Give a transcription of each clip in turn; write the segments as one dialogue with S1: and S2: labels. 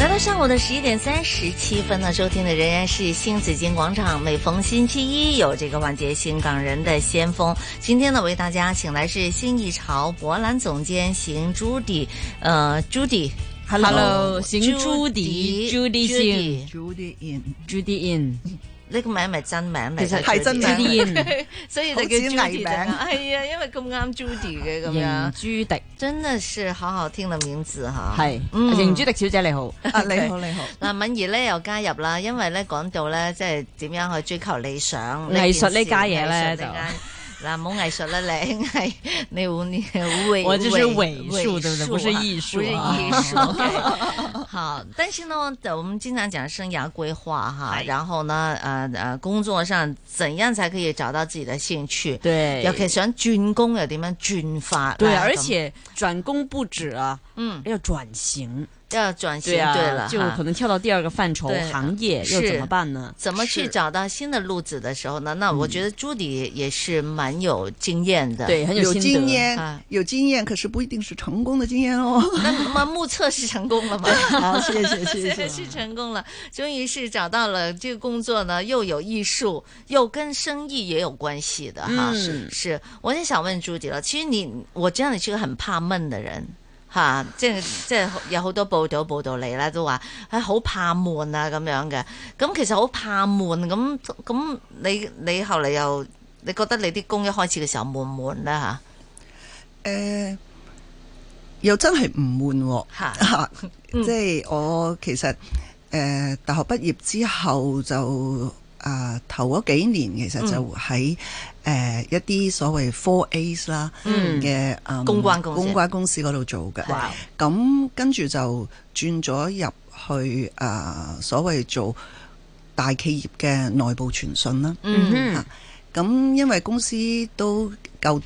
S1: 来到上午的十一点三十七分呢，收听的仍然是新紫金广场。每逢星期一有这个环节“新港人的先锋”。今天呢，为大家请来是新艺潮博览总监邢朱迪，呃，朱迪。
S2: Hello，姓朱迪，Judy 姓
S3: Judy in
S2: ，Judy In，
S1: 呢個名係咪真名嚟？
S3: 其實係真名
S2: Judy In，
S1: 所以就叫
S3: 好似
S1: Judy
S3: 藝名
S1: 啫嘛係啊，因為咁啱 Judy 嘅 咁
S2: 邢
S1: 樣，
S2: 朱迪
S1: 真的是好好聽嘅名字哈。
S2: 係
S1: 嗯
S2: 邢朱迪小姐你好，
S3: 啊，你好你好，
S1: 嗱，敏儀咧又加入啦，因為咧講到咧即係點樣去追求理想
S2: 藝術
S1: 呢件事
S2: 呢家嘢咧
S1: 藝術呢家嗱，冇藝術啦，你係你會你係
S2: 我
S1: 會
S2: 就是
S1: 會
S2: 偽術對不對不是藝術
S1: 不是
S2: 啊
S1: 藝術。OK 好，但是呢，我們經常講生涯規劃哈，然後呢，呃呃，工作上怎樣才可以找到自己的興趣？
S2: 對
S1: 尤其想轉工又點樣轉法啦？
S2: 對啊，
S1: 咁
S2: 而且轉工不止啊，
S1: 嗯，
S2: 要轉型，
S1: 要轉型
S2: 對啊，
S1: 對了
S2: 就
S1: 哈
S2: 可能跳到第二個範疇
S1: 對啊
S2: 行業，又
S1: 是
S2: 怎麼辦呢？
S1: 怎么去
S3: 是
S1: 找到新的路子的时候呢？那我觉得朱迪也是蛮有经验的。，
S2: 對，很
S3: 有
S2: 心
S3: 经
S2: 得。
S3: 验
S1: 啊，
S3: 有经验，可是不一定是成功的经验哦。
S1: 那么目测是成功了吗？
S3: 好，谢谢谢 谢。
S1: 是成功了，终于是找到了这个工作呢，又有艺术，又跟生意也有关系的哈。
S2: 嗯是
S1: 是，我也想问朱迪了。其实你，我知道你是个很怕闷的人。吓，即係即係有好多報道報道嚟啦，都話唉好怕悶啊咁樣嘅。咁其實好怕悶，咁咁你你後嚟又你覺得你啲工一開始嘅時候悶唔悶啦
S3: 誒，呃又真係唔悶 喎。
S1: 吓吓，
S3: 嚇啊
S1: 嗯
S3: 即係我其實誒、呃大學畢業之後就啊、頭嗰幾年其實
S1: 嗯
S3: 就喺誒、呃一啲所謂 Four A's 啦
S2: 嗯
S3: 嘅、嗯
S1: 公關公司
S3: 公關公司嗰度做嘅
S2: 哇，
S3: 咁跟住就轉咗入去啊、所謂做大企業嘅內部傳訊啦。
S1: 嗯
S2: 嗯
S3: 咁因為公司都夠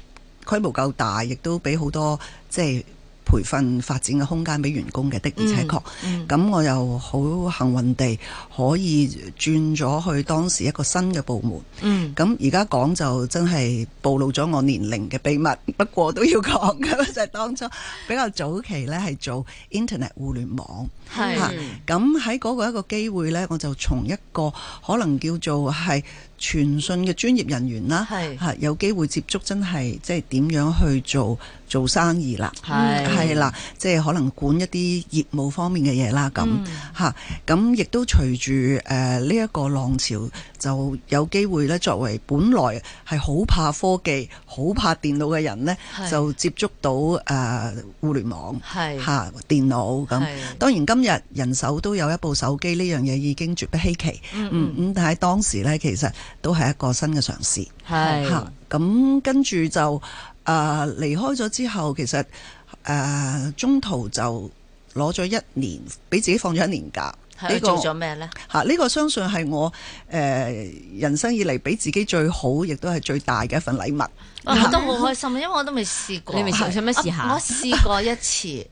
S3: 規模夠大，亦都俾好多即係培訓發展嘅空間俾員工嘅，的而且確。
S1: 嗯
S3: 咁我又好幸運地可以轉咗去當時一個新嘅部門。
S1: 嗯，
S3: 咁而家講就真係暴露咗我年齡嘅秘密，不過都要講嘅 就係當初比較早期呢係做 Internet 互聯網。
S1: 係
S3: 嚇咁喺嗰個一個機會呢，我就從一個可能叫做係傳訊嘅專業人員啦，
S1: 係
S3: 嚇啊有機會接觸真係即係點樣去做做生意啦，
S2: 係
S3: 係啦，即係可能管一啲業務方面嘅嘢啦咁
S1: 嗯
S3: 嚇，咁亦都隨住誒呢一個浪潮，就有機會呢，作為本來係好怕科技、好怕電腦嘅人呢，
S1: 係
S3: 就接觸到誒互聯網
S1: 係
S3: 嚇電腦咁。
S1: 係
S3: 當然今日人手都有一部手機呢樣嘢已經絕不稀奇，
S1: 嗯
S3: 嗯咁但係當時呢，其實都係一個新嘅嘗試
S2: 係
S3: 嚇。咁跟住就誒、呃、離開咗之後，其實誒、呃中途就攞咗一年，俾自己放咗一年假。
S1: 係
S3: 個
S1: 做咗咩咧？
S3: 嚇呢個相信係我誒、呃人生以嚟俾自己最好，亦都係最大嘅一份禮物。
S1: 哦我覺得好開心，啊因為我都未試過。
S2: 你未試過想唔想試下
S1: 啊我試過一次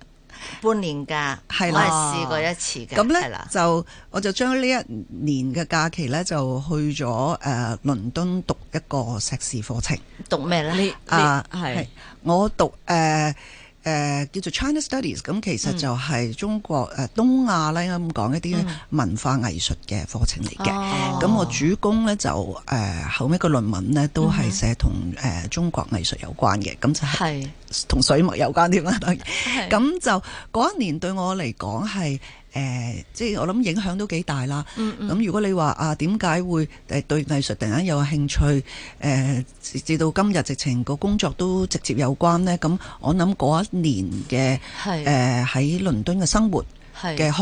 S1: 半年假，
S3: 係
S1: 我係
S3: 啦
S1: 試過一次嘅。
S3: 咁
S1: 係
S3: 咧
S1: 啦，
S3: 就我就將呢一年嘅假期咧就去咗誒、呃、倫敦讀一個碩士課程。
S1: 讀咩
S2: 你
S1: 咧？
S2: 你
S3: 啊，
S2: 係
S3: 我讀誒。呃呃叫做 China Studies，咁其實就係中國誒、呃、東亞咧咁講一啲文化藝術嘅課程嚟嘅。
S1: 哦
S3: 咁、我主攻咧就誒、呃、後尾個論文咧都係寫同誒中國藝術有關嘅，咁就係
S1: 係
S3: 同水墨有關 添啦，當然。
S1: 係
S3: 咁就嗰一年對我嚟講係誒，即係我諗影響都幾大啦。咁、
S1: 嗯
S3: 如果你話啊，點解會誒對藝術突然間有興趣？誒、直至到今日直情個工作都直接有關呢。咁我諗嗰一年嘅
S1: 係
S3: 誒喺倫敦嘅生活嘅
S1: 係嗯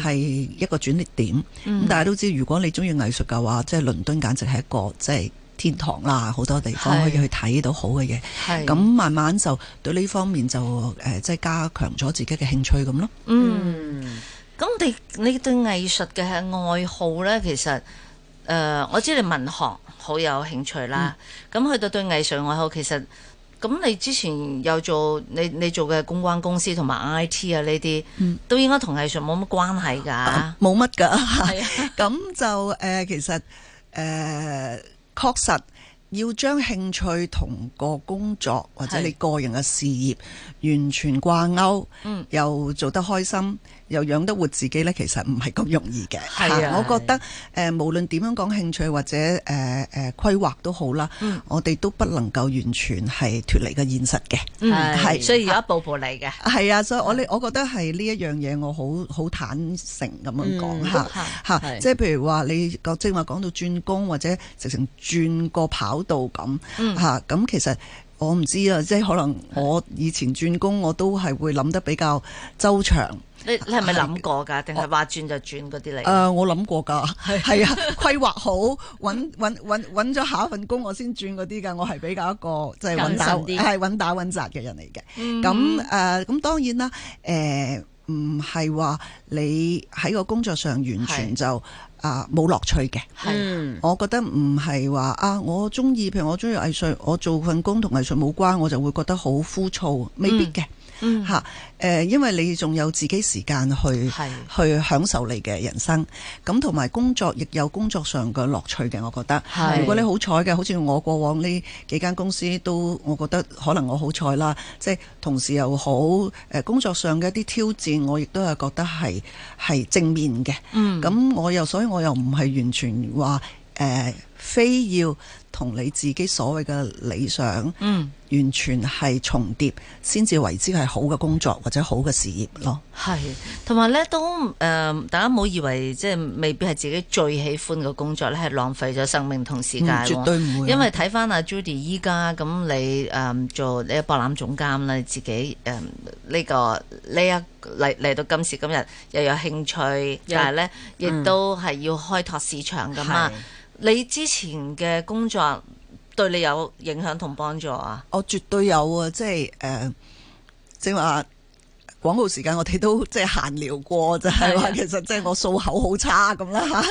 S3: 學習係一個轉捩點。咁、大家都知，如果你中意藝術嘅話，即係倫敦簡直係一個即係天堂啦，好多地方可以去睇到好嘅嘢。
S1: 係
S3: 咁慢慢就對呢方面就誒、呃即係加強咗自己嘅興趣咁咯。
S1: 嗯。
S2: 嗯
S1: 咁你你對藝術嘅愛好咧，其實誒、
S3: 嗯
S1: 呃我知你文學好有興趣啦。咁、去到對藝術愛好，其實咁你之前有做你你做嘅公關公司同埋 I T 啊呢啲，
S3: 嗯
S1: 都應該同藝術冇乜關係㗎。
S3: 冇乜噶，
S1: 啊
S3: 咁就誒、呃其實誒、呃、確實要將興趣同個工作或者
S1: 係
S3: 你個人嘅事業完全掛鈎，
S1: 嗯
S3: 又做得開心，又養得活自己呢，其實唔係咁容易嘅。
S1: 係啊
S3: 我覺得誒、呃，無論點樣講興趣或者誒誒、呃呃規劃都好啦，
S1: 嗯
S3: 我哋都不能夠完全係脱離個現實嘅。
S1: 嗯，
S3: 係
S1: 所以而家步步嚟嘅。
S3: 係啊，所以我哋我覺得係呢一樣嘢，我好好坦誠咁樣講嚇
S1: 係
S3: 嚇，
S2: 係
S3: 即係譬如話你講正話講到轉工或者直情轉個跑道咁
S1: 嗯
S3: 嚇，咁、其實。我唔知啊，即係可能我以前轉工我都係會諗得比較周詳。誒、
S1: 你你係咪諗過㗎？定係話轉就轉嗰啲嚟？
S3: 呃我諗過㗎，係啊，規劃好，揾揾揾揾咗下一份工我先轉嗰啲㗎。我係比較一個即係揾
S2: 謹
S3: 打
S2: 慎啲
S3: 係揾打揾扎嘅人嚟嘅。
S1: 嗯
S3: 咁誒，呃咁、當然啦，誒唔係話你喺個工作上完全
S1: 係
S3: 就啊冇樂趣嘅。
S1: 係
S2: 嗯
S3: 我覺得唔係話啊，我中意譬如我中意藝術，我做份工同藝術冇關，我就會覺得好枯燥，未必嘅
S1: 嗯
S3: 嚇。誒、因為你仲有自己時間去
S1: 係
S3: 去享受你嘅人生，咁同埋工作亦有工作上嘅樂趣嘅，我覺得。
S1: 係
S3: 啊如果你好彩嘅，好似我過往呢幾間公司都，我覺得可能我好彩啦，即係同事又好，誒工作上嘅一啲挑戰，我亦都係覺得係係正面嘅。
S1: 嗯
S3: 咁、我又所以我又唔係完全話誒、呃非要同你自己所謂嘅理想
S1: 嗯。
S3: 完全係重疊，先至為之係好嘅工作或者好嘅事業咯。
S1: 係，同埋咧都誒、呃大家唔好以為即係未必係自己最喜歡嘅工作咧，係浪費咗生命同時間喎。
S3: 嗯絕對唔會啊
S1: 因為睇翻阿 Judy 依家咁，你誒、呃做你嘅博覽總監啦，你自己誒呢、個呢一嚟嚟到今時今日又有興趣，
S2: 又嗯
S1: 但係咧亦都係要開拓市場噶嘛。你之前嘅工作對你有影響同幫助啊？
S3: 我絕對有啊！即係誒，呃正話廣告時間，我哋都即係閒聊過，就係話其實即係我數口好差咁啦嚇，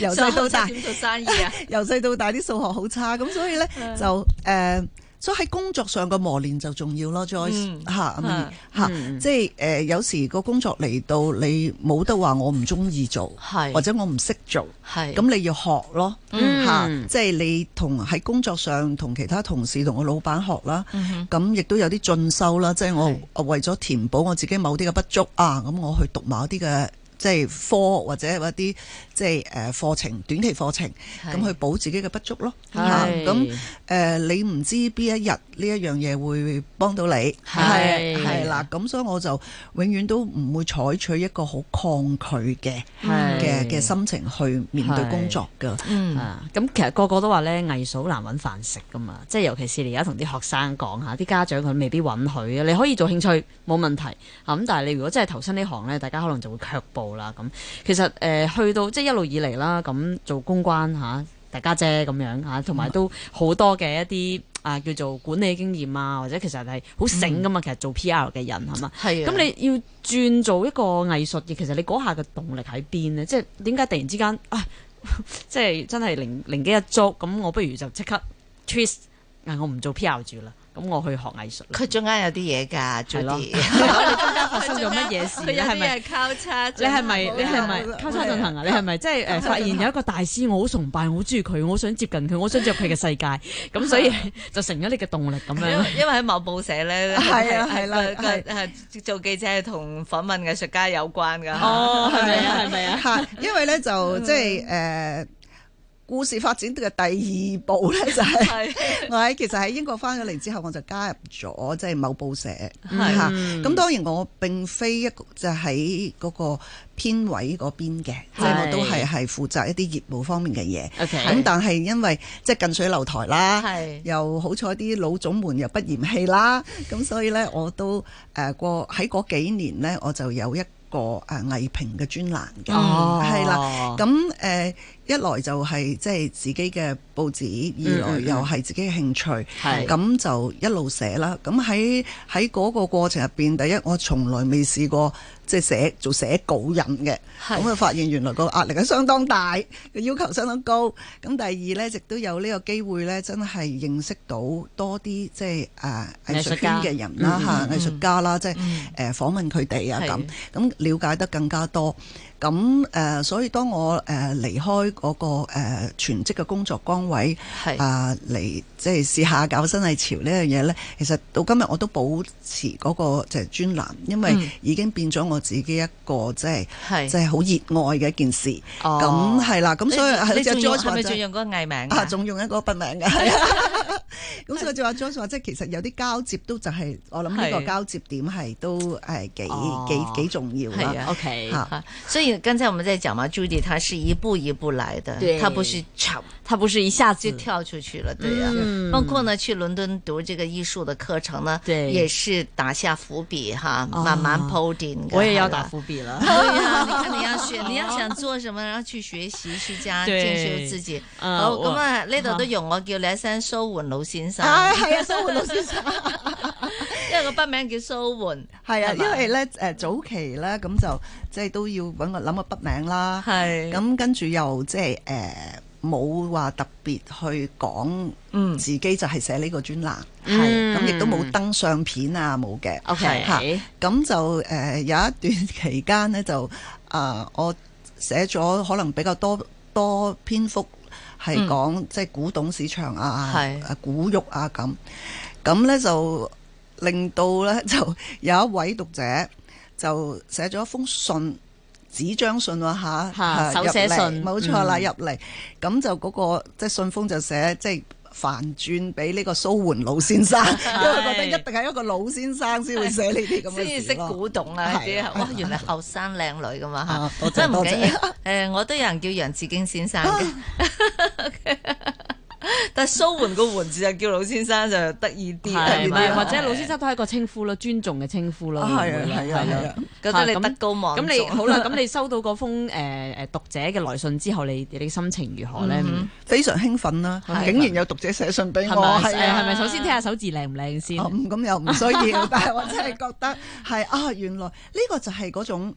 S3: 由細到大，
S2: 點做 生意啊？
S3: 由細到大啲數學好差，咁所以咧就誒、呃所以喺工作上嘅磨練就重要咯，Joyce
S1: 嗯
S3: 嚇咁
S1: 嗯
S3: 嚇，即係誒、呃有時個工作嚟到你冇得話我唔中意做，
S1: 係
S3: 或者我唔識做。
S1: 係
S3: 咁你要學咯，嚇、
S2: 嗯
S3: 即係你同喺工作上同其他同事同個老闆學啦，咁亦、都有啲進修啦，即係我
S1: 係
S3: 我為咗填補我自己某啲嘅不足啊，咁我去讀某一啲嘅即係科或者一啲即係誒課程短期課程，
S1: 係
S3: 咁去補自己嘅不足咯，嚇
S2: 係
S3: 咁誒、你唔知邊一日呢一樣嘢會幫到你，
S2: 係
S3: 係啦，咁所以我就永遠都唔會採取一個好抗拒嘅。嘅嘅心情去面對工作㗎。
S1: 嗯。
S2: 啊，咁其實個個都話咧，藝術好難揾飯食噶嘛，即係尤其是你而家同啲學生講下，啲家長佢未必允許啊。你可以做興趣冇問題啊咁，但係你如果真係投身呢行咧，大家可能就會卻步啦。咁其實誒、呃去到即係一路以嚟啦，咁做公關嚇、大家姐咁樣嚇，同埋都好多嘅一啲啊叫做管理經驗啊，或者其實係好醒噶嘛，其實做 P.R. 嘅人係嘛。
S1: 係啊
S2: 咁你要轉做一個藝術嘅，其實你嗰下嘅動力喺邊呢？即係點解突然之間啊？ 即係真係靈靈機一觸，咁我不如就即刻 twist 啊！我唔做 PR 住啦，咁我去學藝術啦。
S1: 佢中間有啲嘢㗎，做
S2: 係咯
S1: 啲
S2: 發生咗乜嘢事
S1: 佢有
S2: 咧？
S1: 啲
S2: 係咪？
S1: 嘢交叉咗，
S2: 你係咪？
S1: 好
S2: 你係咪
S3: 好啦
S2: 交叉進行啊？你係咪即係誒發現有一個大師，我好崇拜，我好中意佢，我好想接近佢，我想進入佢嘅世界，咁所以就成咗你嘅動力咁
S1: 因
S2: 樣
S1: 為。因為喺某報社咧，
S3: 係啊係啦
S1: 係個個係做記者係同訪問藝術家有關㗎。
S2: 哦，係咪啊？係咪啊？
S3: 嚇，因為咧就即係誒故事發展嘅第二步咧，就係
S1: 係
S3: 我喺其實喺英國翻咗嚟之後，我就加入咗即係某報社
S1: 係
S3: 嚇。咁當然我並非一個就喺嗰個編委嗰邊嘅，即係我都係係負責一啲業務方面嘅嘢。
S2: OK，
S3: 咁啊但係因為即係近水樓台啦，
S1: 係
S3: 又好彩啲老總們又不嫌棄啦，咁所以呢，我都誒過喺嗰幾年呃呢，我就有一個誒藝評嘅專欄嘅，
S2: 哦
S3: 係啦，咁誒呃一來就係即係自己嘅報紙，二來
S2: 嗯嗯嗯
S3: 又係自己嘅興趣，
S2: 係
S3: 咁就一路寫啦。咁喺喺嗰個過程入邊，第一我從來未試過即係寫做寫稿人嘅，
S1: 係
S3: 咁啊發現原來個壓力係相當大，個要求相當高。咁第二呢，亦都有呢個機會呢，真係認識到多啲即係誒藝術圈嘅人啦
S1: 嗯
S2: 藝術家
S3: 嚇，
S1: 嗯嗯
S3: 藝術家啦，即係
S1: 嗯
S3: 誒訪問佢哋啊
S1: 係
S3: 咁。咁了解得更加多。咁誒、呃所以當我誒、呃、離開嗰、個、呃、全職嘅工作崗位，
S1: 係
S3: 啊嚟即係試下搞新藝潮呢樣嘢呢，其實到今日我都保持嗰、個即係專欄，因為
S1: 嗯
S3: 已經變咗我自己一個即係
S1: 係
S3: 即係好熱愛嘅一件事。
S2: 哦
S3: 咁係啦，咁所以啊
S1: 你你
S3: 係即係
S1: 仲用
S3: George
S1: 係
S3: 話
S1: 咪
S3: 齋
S1: 仲用嗰個藝名㗎
S3: 啊，仲用一個筆名嘅，係啊。 咁所以就話 Joyce 話，即係其實有啲交接都就係、我諗呢個
S1: 係
S3: 交接點係都誒幾、
S2: 哦
S3: 幾幾重要
S1: 係
S3: 啦
S1: 啊。
S2: OK，
S3: 嚇
S1: 啊，所以刚才我们在讲嘛，Judy 她是一步一步来的
S2: 对，
S1: 她不是吵
S2: 他不是一下
S1: 就
S2: 子
S1: 跳出去了，对呀、
S2: 嗯
S1: 包括呢，去伦敦读这个艺术的课程呢，
S2: 对
S1: 也是打下伏笔哈，
S2: 哦
S1: 慢慢铺垫的。
S2: 我也要
S1: 好吧
S2: 打。伏笔 了。
S1: 对呀、啊你看你要学，你要想做什么，然后去学习，去加进
S2: 对
S1: 修自己。
S2: 啊
S1: 好，
S2: 我
S1: 咁啊呢度都容我叫你一聲蘇焕老先生，
S3: 啊，係啊，蘇活老先生，
S1: 因為個筆名叫蘇焕，
S3: 係啊，
S1: 係嘛
S3: 因為咧誒早期咧咁就即係都要揾個諗個筆名啦。
S1: 係
S3: 咁跟住又即係誒冇話特別去講
S1: 嗯
S3: 自己就係寫呢個專欄，
S2: 嗯
S3: 咁亦都冇登相片啊，冇嘅。
S2: OK，
S3: 嚇咁就誒、呃有一段期間咧，就啊、我寫咗可能比較多多篇幅係講、即係古董市場啊、
S1: 係
S3: 啊古玉啊咁，咁咧就令到咧 就有一位讀者就寫咗一封信。紙張信喎嚇，
S2: 嚇
S3: 啊
S2: 手寫
S3: 入嚟
S2: 信
S3: 冇錯啦，
S2: 嗯
S3: 入嚟咁就嗰個即係信封就寫即係反轉俾呢個蘇桓老 先生，因為覺得一定係一個老先生先會寫呢啲咁嘅
S1: 先至
S3: 事
S1: 識
S3: 咯。
S1: 古董啊啲
S3: 係
S1: 啊
S3: 啊，
S1: 哇！原來後生靚女噶嘛
S3: 啊
S1: 嚇，
S3: 多謝
S1: 真係唔
S3: 多謝
S1: 緊要。誒，我都有人叫楊志京先生嘅，但係蘇桓個桓字就叫老先生就得意啲，
S2: 係
S3: 原
S1: 咪啊
S3: 來
S2: 咪或者老先生都係一個稱呼咯，尊重嘅稱呼咯，
S3: 啊係啊係啊係啊，
S1: 覺得你
S2: 啊咁
S1: 德高望
S2: 咁
S1: 重
S2: 你好啦，咁你收到嗰封誒誒讀者嘅來信之後，你你心情如何咧？
S1: 嗯
S3: 非常興奮啦！
S2: 係
S3: 竟然有讀者寫信俾我，
S2: 係咪誒
S3: 係
S2: 係
S3: 啊。
S2: 咪首先睇下手字靚唔靚先？
S3: 咁咁哦又唔 需要，但係我真係覺得係啊，原來呢個就係嗰種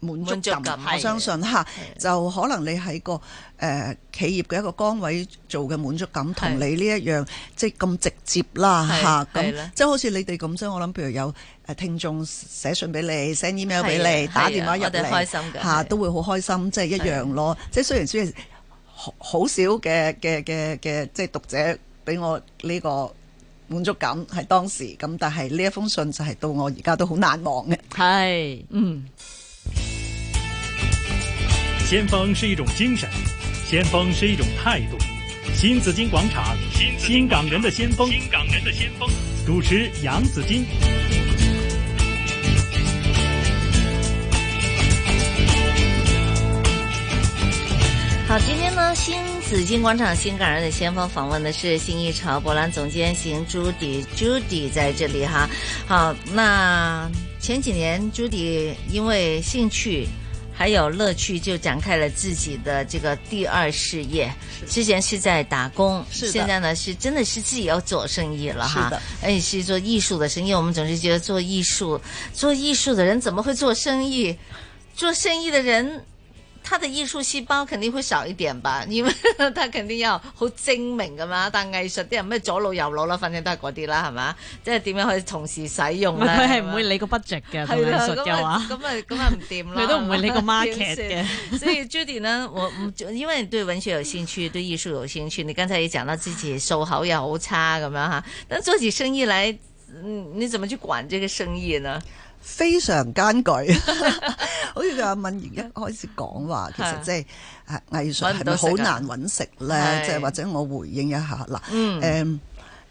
S3: 滿
S1: 滿
S3: 足
S1: 足
S3: 感。
S1: 感
S3: 我相信嚇，就可能你喺個誒、呃企業嘅一個崗位做嘅滿足感，同你呢一樣即係咁直接啦
S1: 係
S3: 嚇。
S1: 係
S3: 咁
S1: 啦
S3: 即係好似你哋咁啫。我諗譬如有誒聽眾寫信俾你，send email 俾
S1: 係
S3: 你，
S1: 啊
S3: 打電話入
S1: 係啊我哋
S3: 嚟
S1: 開心㗎係
S3: 嚇，都會好開心，即係一樣咯。即係雖然雖然。好好少嘅嘅嘅嘅即係讀者俾我呢個滿足感係當時咁，但係呢一封信就係到我而家都好難忘 嘅。
S2: 係
S1: 嗯，
S4: 先鋒是一种精神，先锋是一种态度。新紫金广场，新新港人的先锋，新港人的先锋。主持杨紫金。
S1: 好，今天呢，新紫金广场新港人的先锋访问的是新艺潮博览总监邢朱迪，朱迪在这里哈。好，那前几年朱迪因为兴趣。还有乐趣，就展开了自己的这个第二事业。之前是在打工，
S3: 是的
S1: 现在呢是真的是自己要做生意了哈
S3: 是的。
S1: 而且是做艺术的生意，我们总是觉得做艺术，做艺术的人怎么会做生意？做生意的人他的藝術細胞肯定會少一點吧， 因為他肯定要好精明咁啦。但藝術啲人咩左腦右腦啦，反正都係嗰啲啦，係嘛？即係點樣可以同時使用咧？
S2: 佢 係唔
S1: 咁
S2: 會
S1: 樣
S2: 理個 budget 嘅，同
S1: 係
S2: 藝
S1: 啦
S2: 術嘅話。
S1: 咁啊咁啊唔掂啦，
S2: 佢都唔會理個 market
S1: 點算。所以 Judy 呢，我唔因為你對文學有興趣，對藝術有興趣，你剛才也講到自己數口又好差咁樣嚇，但做起生意來，嗯，你怎麼去管這個生意呢？
S3: 非常艱 巨，好似阿敏兒一開始講話，其實即係啊誒藝術係咪好難揾食
S1: 揾唔到
S3: 咧？
S1: 食啊
S3: 即係或者我回應一下嗱，誒、
S1: 嗯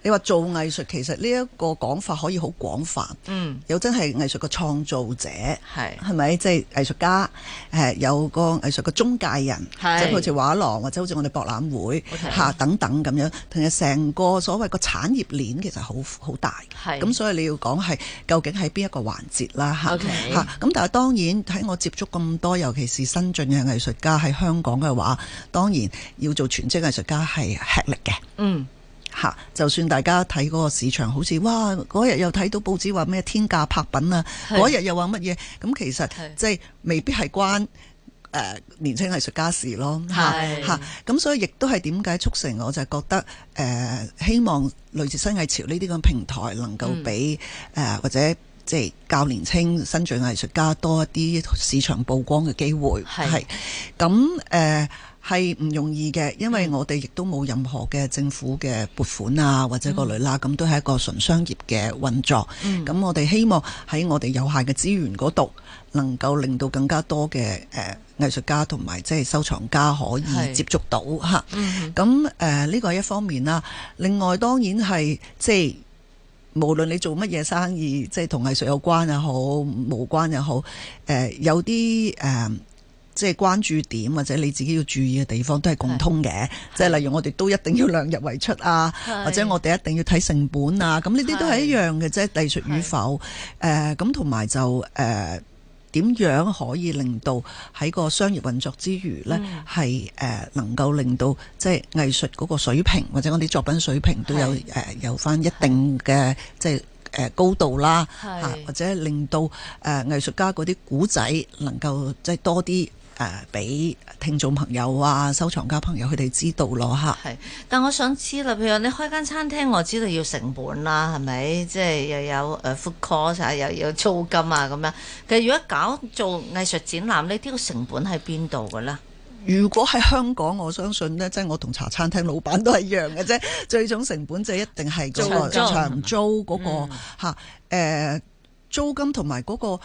S3: 你話做藝術，其實呢一個講法可以好廣泛，
S1: 嗯，
S3: 有真係藝術嘅創造者。
S1: 係
S3: 係咪？即係藝術家，誒有個藝術嘅中介人，即
S1: 係
S3: 係好似畫廊或者好似我哋博覽會
S1: OK
S3: 嚇等等咁樣，同埋成個所謂個產業鏈其實好好大
S1: 係
S3: 嘅。咁所以你要講係究竟喺邊一個環節啦嚇
S1: OK
S3: 嚇咁但係當然喺我接觸咁多，尤其是新進嘅藝術家喺香港嘅話，當然要做全職藝術家係吃力嘅。
S1: 嗯
S3: 嚇，就算大家睇嗰個市場，好似哇嗰日又睇到報紙話咩天價拍品啊，
S1: 係
S3: 嗰日又話乜嘢，咁其實
S1: 係
S3: 即係未必係關誒、呃年青藝術家事咯
S1: 係
S3: 嚇嚇，咁所以亦都係點解促成我就係覺得誒、呃希望類似新藝潮呢啲咁嘅平台能夠俾誒、呃或者。即係較年青新晉藝術家多一啲市場曝光嘅機會，
S1: 係
S3: 係咁誒係唔容易嘅，因為我哋亦都冇任何嘅政府嘅撥款啊，或者個類啦，咁都係一個純商業嘅運作。咁、我哋希望喺我哋有限嘅資源嗰度，能夠令到更加多嘅誒藝術家同埋即係收藏家可
S1: 係
S3: 以接觸到嚇。
S2: 嗯
S3: 咁誒呢個係一方面啦，另外當然係即係。無論你做乜嘢生意，即係同藝術有關又好，無關又好，誒、呃有啲誒、呃即係關注點或者你自己要注意嘅地方都係共通嘅，即係例如我哋都一定要量入為出啊，
S1: 係
S3: 或者我哋一定要睇成本啊，咁呢啲都係一樣嘅啫，藝術與否，誒咁同埋就呃誒。點樣可以令到喺個商業運作之餘呢，
S1: 嗯
S3: 係誒、能夠令到即係藝術嗰個水平或者我啲作品水平都有誒呃
S1: 係、
S3: 有翻一定嘅即係誒、呃高度啦，
S1: 係
S3: 嚇或者令到誒、藝術家嗰啲古仔能夠即係多啲誒俾聽眾朋友啊、收藏家朋友佢哋知道咯嚇。
S1: 係，但我想知啦，譬如你開間餐廳，我知道要成本啦，係咪？即係又有誒 food cost 啊，又有租金啊咁樣。其實如果搞做藝術展覽，呢啲個成本喺邊度嘅咧？
S3: 如果喺香港，我相信呢，即係我同茶餐廳老闆都係一樣嘅 啫。最終成本就一定係嗰個
S1: 租金嗯
S3: 長租嗰、個嚇誒、呃租金同埋嗰個。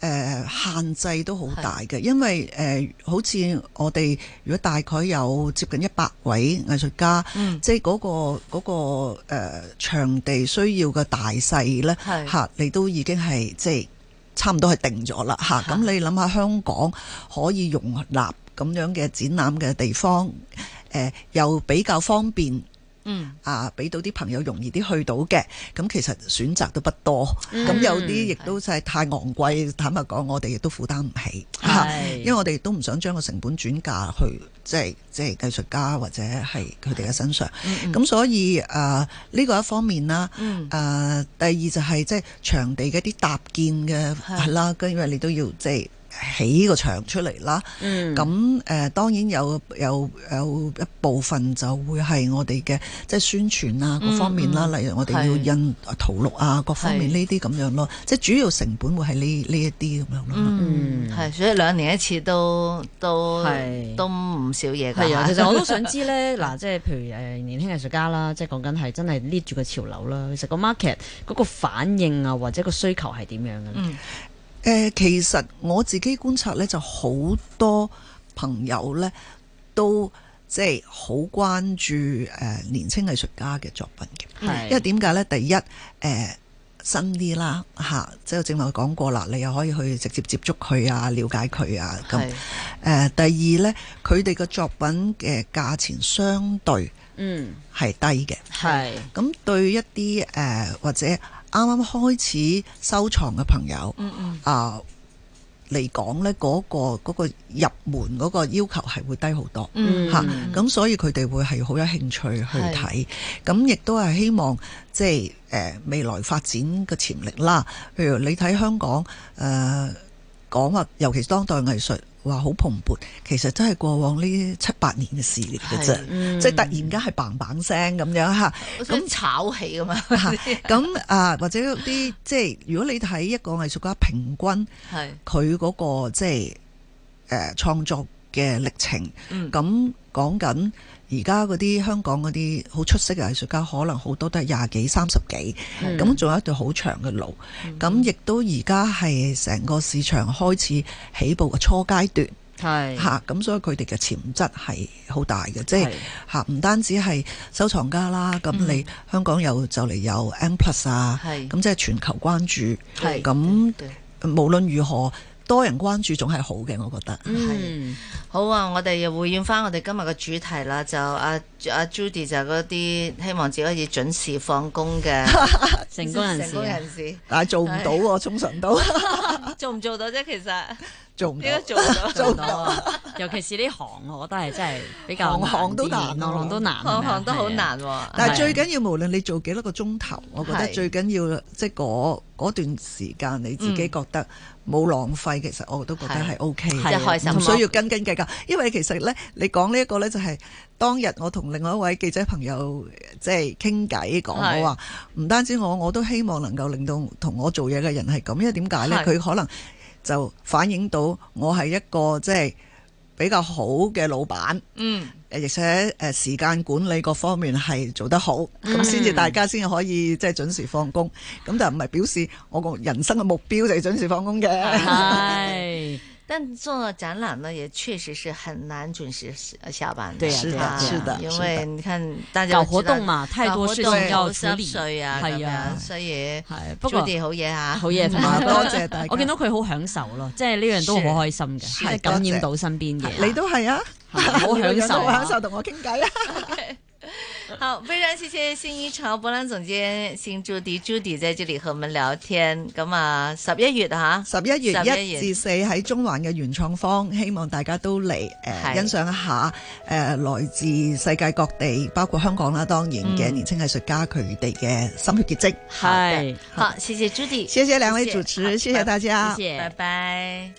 S3: 呃限制都好大嘅，因為誒、呃好似我哋如果大概有接近一百位藝術家，
S1: 嗯
S3: 即係嗰、個嗰、個呃場地需要嘅大細咧
S1: 係
S3: 嚇，你都已經係即係差唔多係定咗啦嚇。咁你諗下香港可以容納咁樣嘅展覽嘅地方，誒、又比較方便。
S1: 嗯，
S3: 啊，俾到啲朋友容易啲去到嘅，咁其實選擇都不多，咁、
S2: 嗯
S3: 有啲亦都真係太昂貴，坦白講，我哋亦都負擔唔起，
S2: 係
S3: 因為我哋都唔想將個成本轉嫁去即係即係藝術家或者係佢哋嘅身上，咁、所以啊呢、個一方面啦，
S1: 嗯
S3: 啊第二就係即係場地嘅一啲搭建嘅
S1: 係
S3: 係啦，跟住你都要即係。起個場出嚟啦，
S2: 嗯
S3: 咁誒、呃、當然有有有一部分就會係我哋嘅即係宣傳啊各方面啦，例如我哋要
S1: 嗯係
S3: 印圖錄啊各方面
S1: 係
S3: 呢啲咁樣咯，即係主要成本會係呢呢一啲咁樣咯。
S1: 嗯，
S2: 嗯
S1: 係，所以兩年一次都都
S2: 係
S1: 都唔少嘢㗎。
S2: 係啊，其實我都想知咧， 嗱，即係譬如誒年輕藝術家啦，即係講緊係真係 lead 住個潮流啦。其實個 market 嗰個反應啊，或者個需求係點樣嘅咧？
S1: 嗯
S3: 誒、呃其實我自己觀察咧，就好多朋友咧都即係好關注誒、呃年青藝術家嘅作品嘅，
S2: 係
S3: 因為點解咧？第一誒、呃新啲啦嚇，即係我正話講過啦，你又可以去直接接觸佢啊，了解佢啊咁。誒
S1: 係、
S3: 第二咧，佢哋嘅作品嘅價錢相對
S2: 嗯
S3: 係低嘅。
S2: 係
S3: 咁對一啲誒、呃或者啱啱開始收藏嘅朋友，
S1: 嗯嗯
S3: 啊嚟講呢嗰個嗰個入門嗰個要求係會低好多
S1: 嗯
S3: 嚇，咁、所以佢哋會係好有興趣去睇，咁亦都係希望即係誒、呃未來發展嘅潛力啦。譬如你睇香港誒、呃、講話，尤其是當代藝術話好蓬勃，其實真係過往呢七八年嘅事嚟嘅啫
S1: 係，
S2: 嗯
S3: 即係突然間係砰砰聲咁樣嚇。
S1: 咁啊炒起㗎嘛，
S3: 嚇咁啊，或者啲即係如果你睇一個藝術家平均。
S1: 係
S3: 佢嗰、個即係誒、呃、創作嘅歷程。
S1: 嗯
S3: 咁講緊而家嗰啲香港嗰啲好出色嘅藝術家，可能好多都係廿幾、三十幾，
S2: 嗯
S3: 咁仲有一段好長嘅路。咁亦都而家係成個市場開始起步嘅初階段。
S2: 係
S3: 嚇咁所以佢哋嘅潛質係好大嘅，即係
S2: 係
S3: 嚇唔單止係收藏家啦，咁你香港有就嚟有 M Plus 啊，
S1: 係
S3: 咁即係全球關注，
S1: 係
S3: 咁
S1: 對
S3: 無論如何多人關注總係好嘅，我覺得。
S2: 嗯，
S1: 好啊！我哋又回應翻我哋今日嘅主題啦，就阿阿 Judy 就嗰啲希望自己可以準時放工嘅
S2: 成功人
S1: 成
S2: 士
S1: 功
S2: 啊，
S1: 人士，
S3: 但係做唔到喎，通常都
S1: 做唔做到啫？其
S2: 哦
S1: 實
S3: 做唔
S1: 你
S3: 到。
S1: 都做唔 到，
S2: 做到啊！尤其是呢行，我覺得係真係比較
S3: 行行都難啊
S2: 難啲，行行都難啊，
S1: 行行都好
S2: 係啊。
S1: 難喎。
S3: 但係
S2: 係
S3: 最緊要，無論你做幾多個鐘頭，我覺得
S1: 係
S3: 最緊要即係嗰嗰段時間你自己覺得冇浪費，其實我都覺得係 O K
S1: 係
S3: 嘅，
S1: 即係開心
S3: 唔需要斤斤計較。因為其實呢，你講呢一個呢，就係當日我同另外一位記者朋友即係傾偈講，
S1: 係
S3: 我話唔單止我，我都希望能夠令到同我做嘢嘅人係咁，因為點解呢？
S1: 係
S3: 佢可能就反映到我係一個即係比較好嘅老闆。
S1: 嗯，
S3: 誒，而且誒時間管理各方面係做得好，咁先至大家先至可以即係準時放工。咁但唔係表示我個人生嘅目標就係準時放工嘅。
S1: 啊
S2: 啊係，
S1: 但做展覽呢，也確實是很難準時下班的。
S2: 對啊
S3: 是
S2: 對
S3: 的
S2: 啊
S1: 啊
S3: 是的
S1: 因
S3: 是
S1: 為
S3: 的
S1: 你看大家
S2: 搞
S1: 都知
S2: 活
S1: 道
S2: 動嘛，太多事
S1: 搞活動
S2: 情要
S1: 有
S2: 處理，
S1: 濕碎啊，咁
S2: 係啊
S1: 樣，，所以
S2: 係不過
S1: Judy 好嘢啊，
S2: 好嘢，同
S3: 啊
S2: 埋
S3: 多謝大家
S2: 我見到佢好享受咯，即係呢樣都好開心嘅，即係感染到身邊嘅人，
S3: 你都係啊，
S2: 好
S3: 你個樣都好享
S2: 享受啊
S3: 受。同我傾偈啊！
S1: 好，非常謝謝新一潮博覽總監新朱迪朱迪在這裡和我們聊天。咁啊，十一月吓，
S3: 十一月
S1: 11
S3: 一至四喺中環嘅原創坊，希望大家都嚟誒、
S1: 係
S3: 呃、欣賞一下誒、呃、來自世界各地，包括香港啦，當然嘅
S1: 嗯
S3: 年輕藝術家佢哋嘅心血結晶。
S1: 好的
S2: 係
S1: 好，謝謝朱迪，
S3: 謝謝兩位
S1: 謝謝
S3: 主持，謝謝大家。
S2: 謝謝
S1: 拜拜。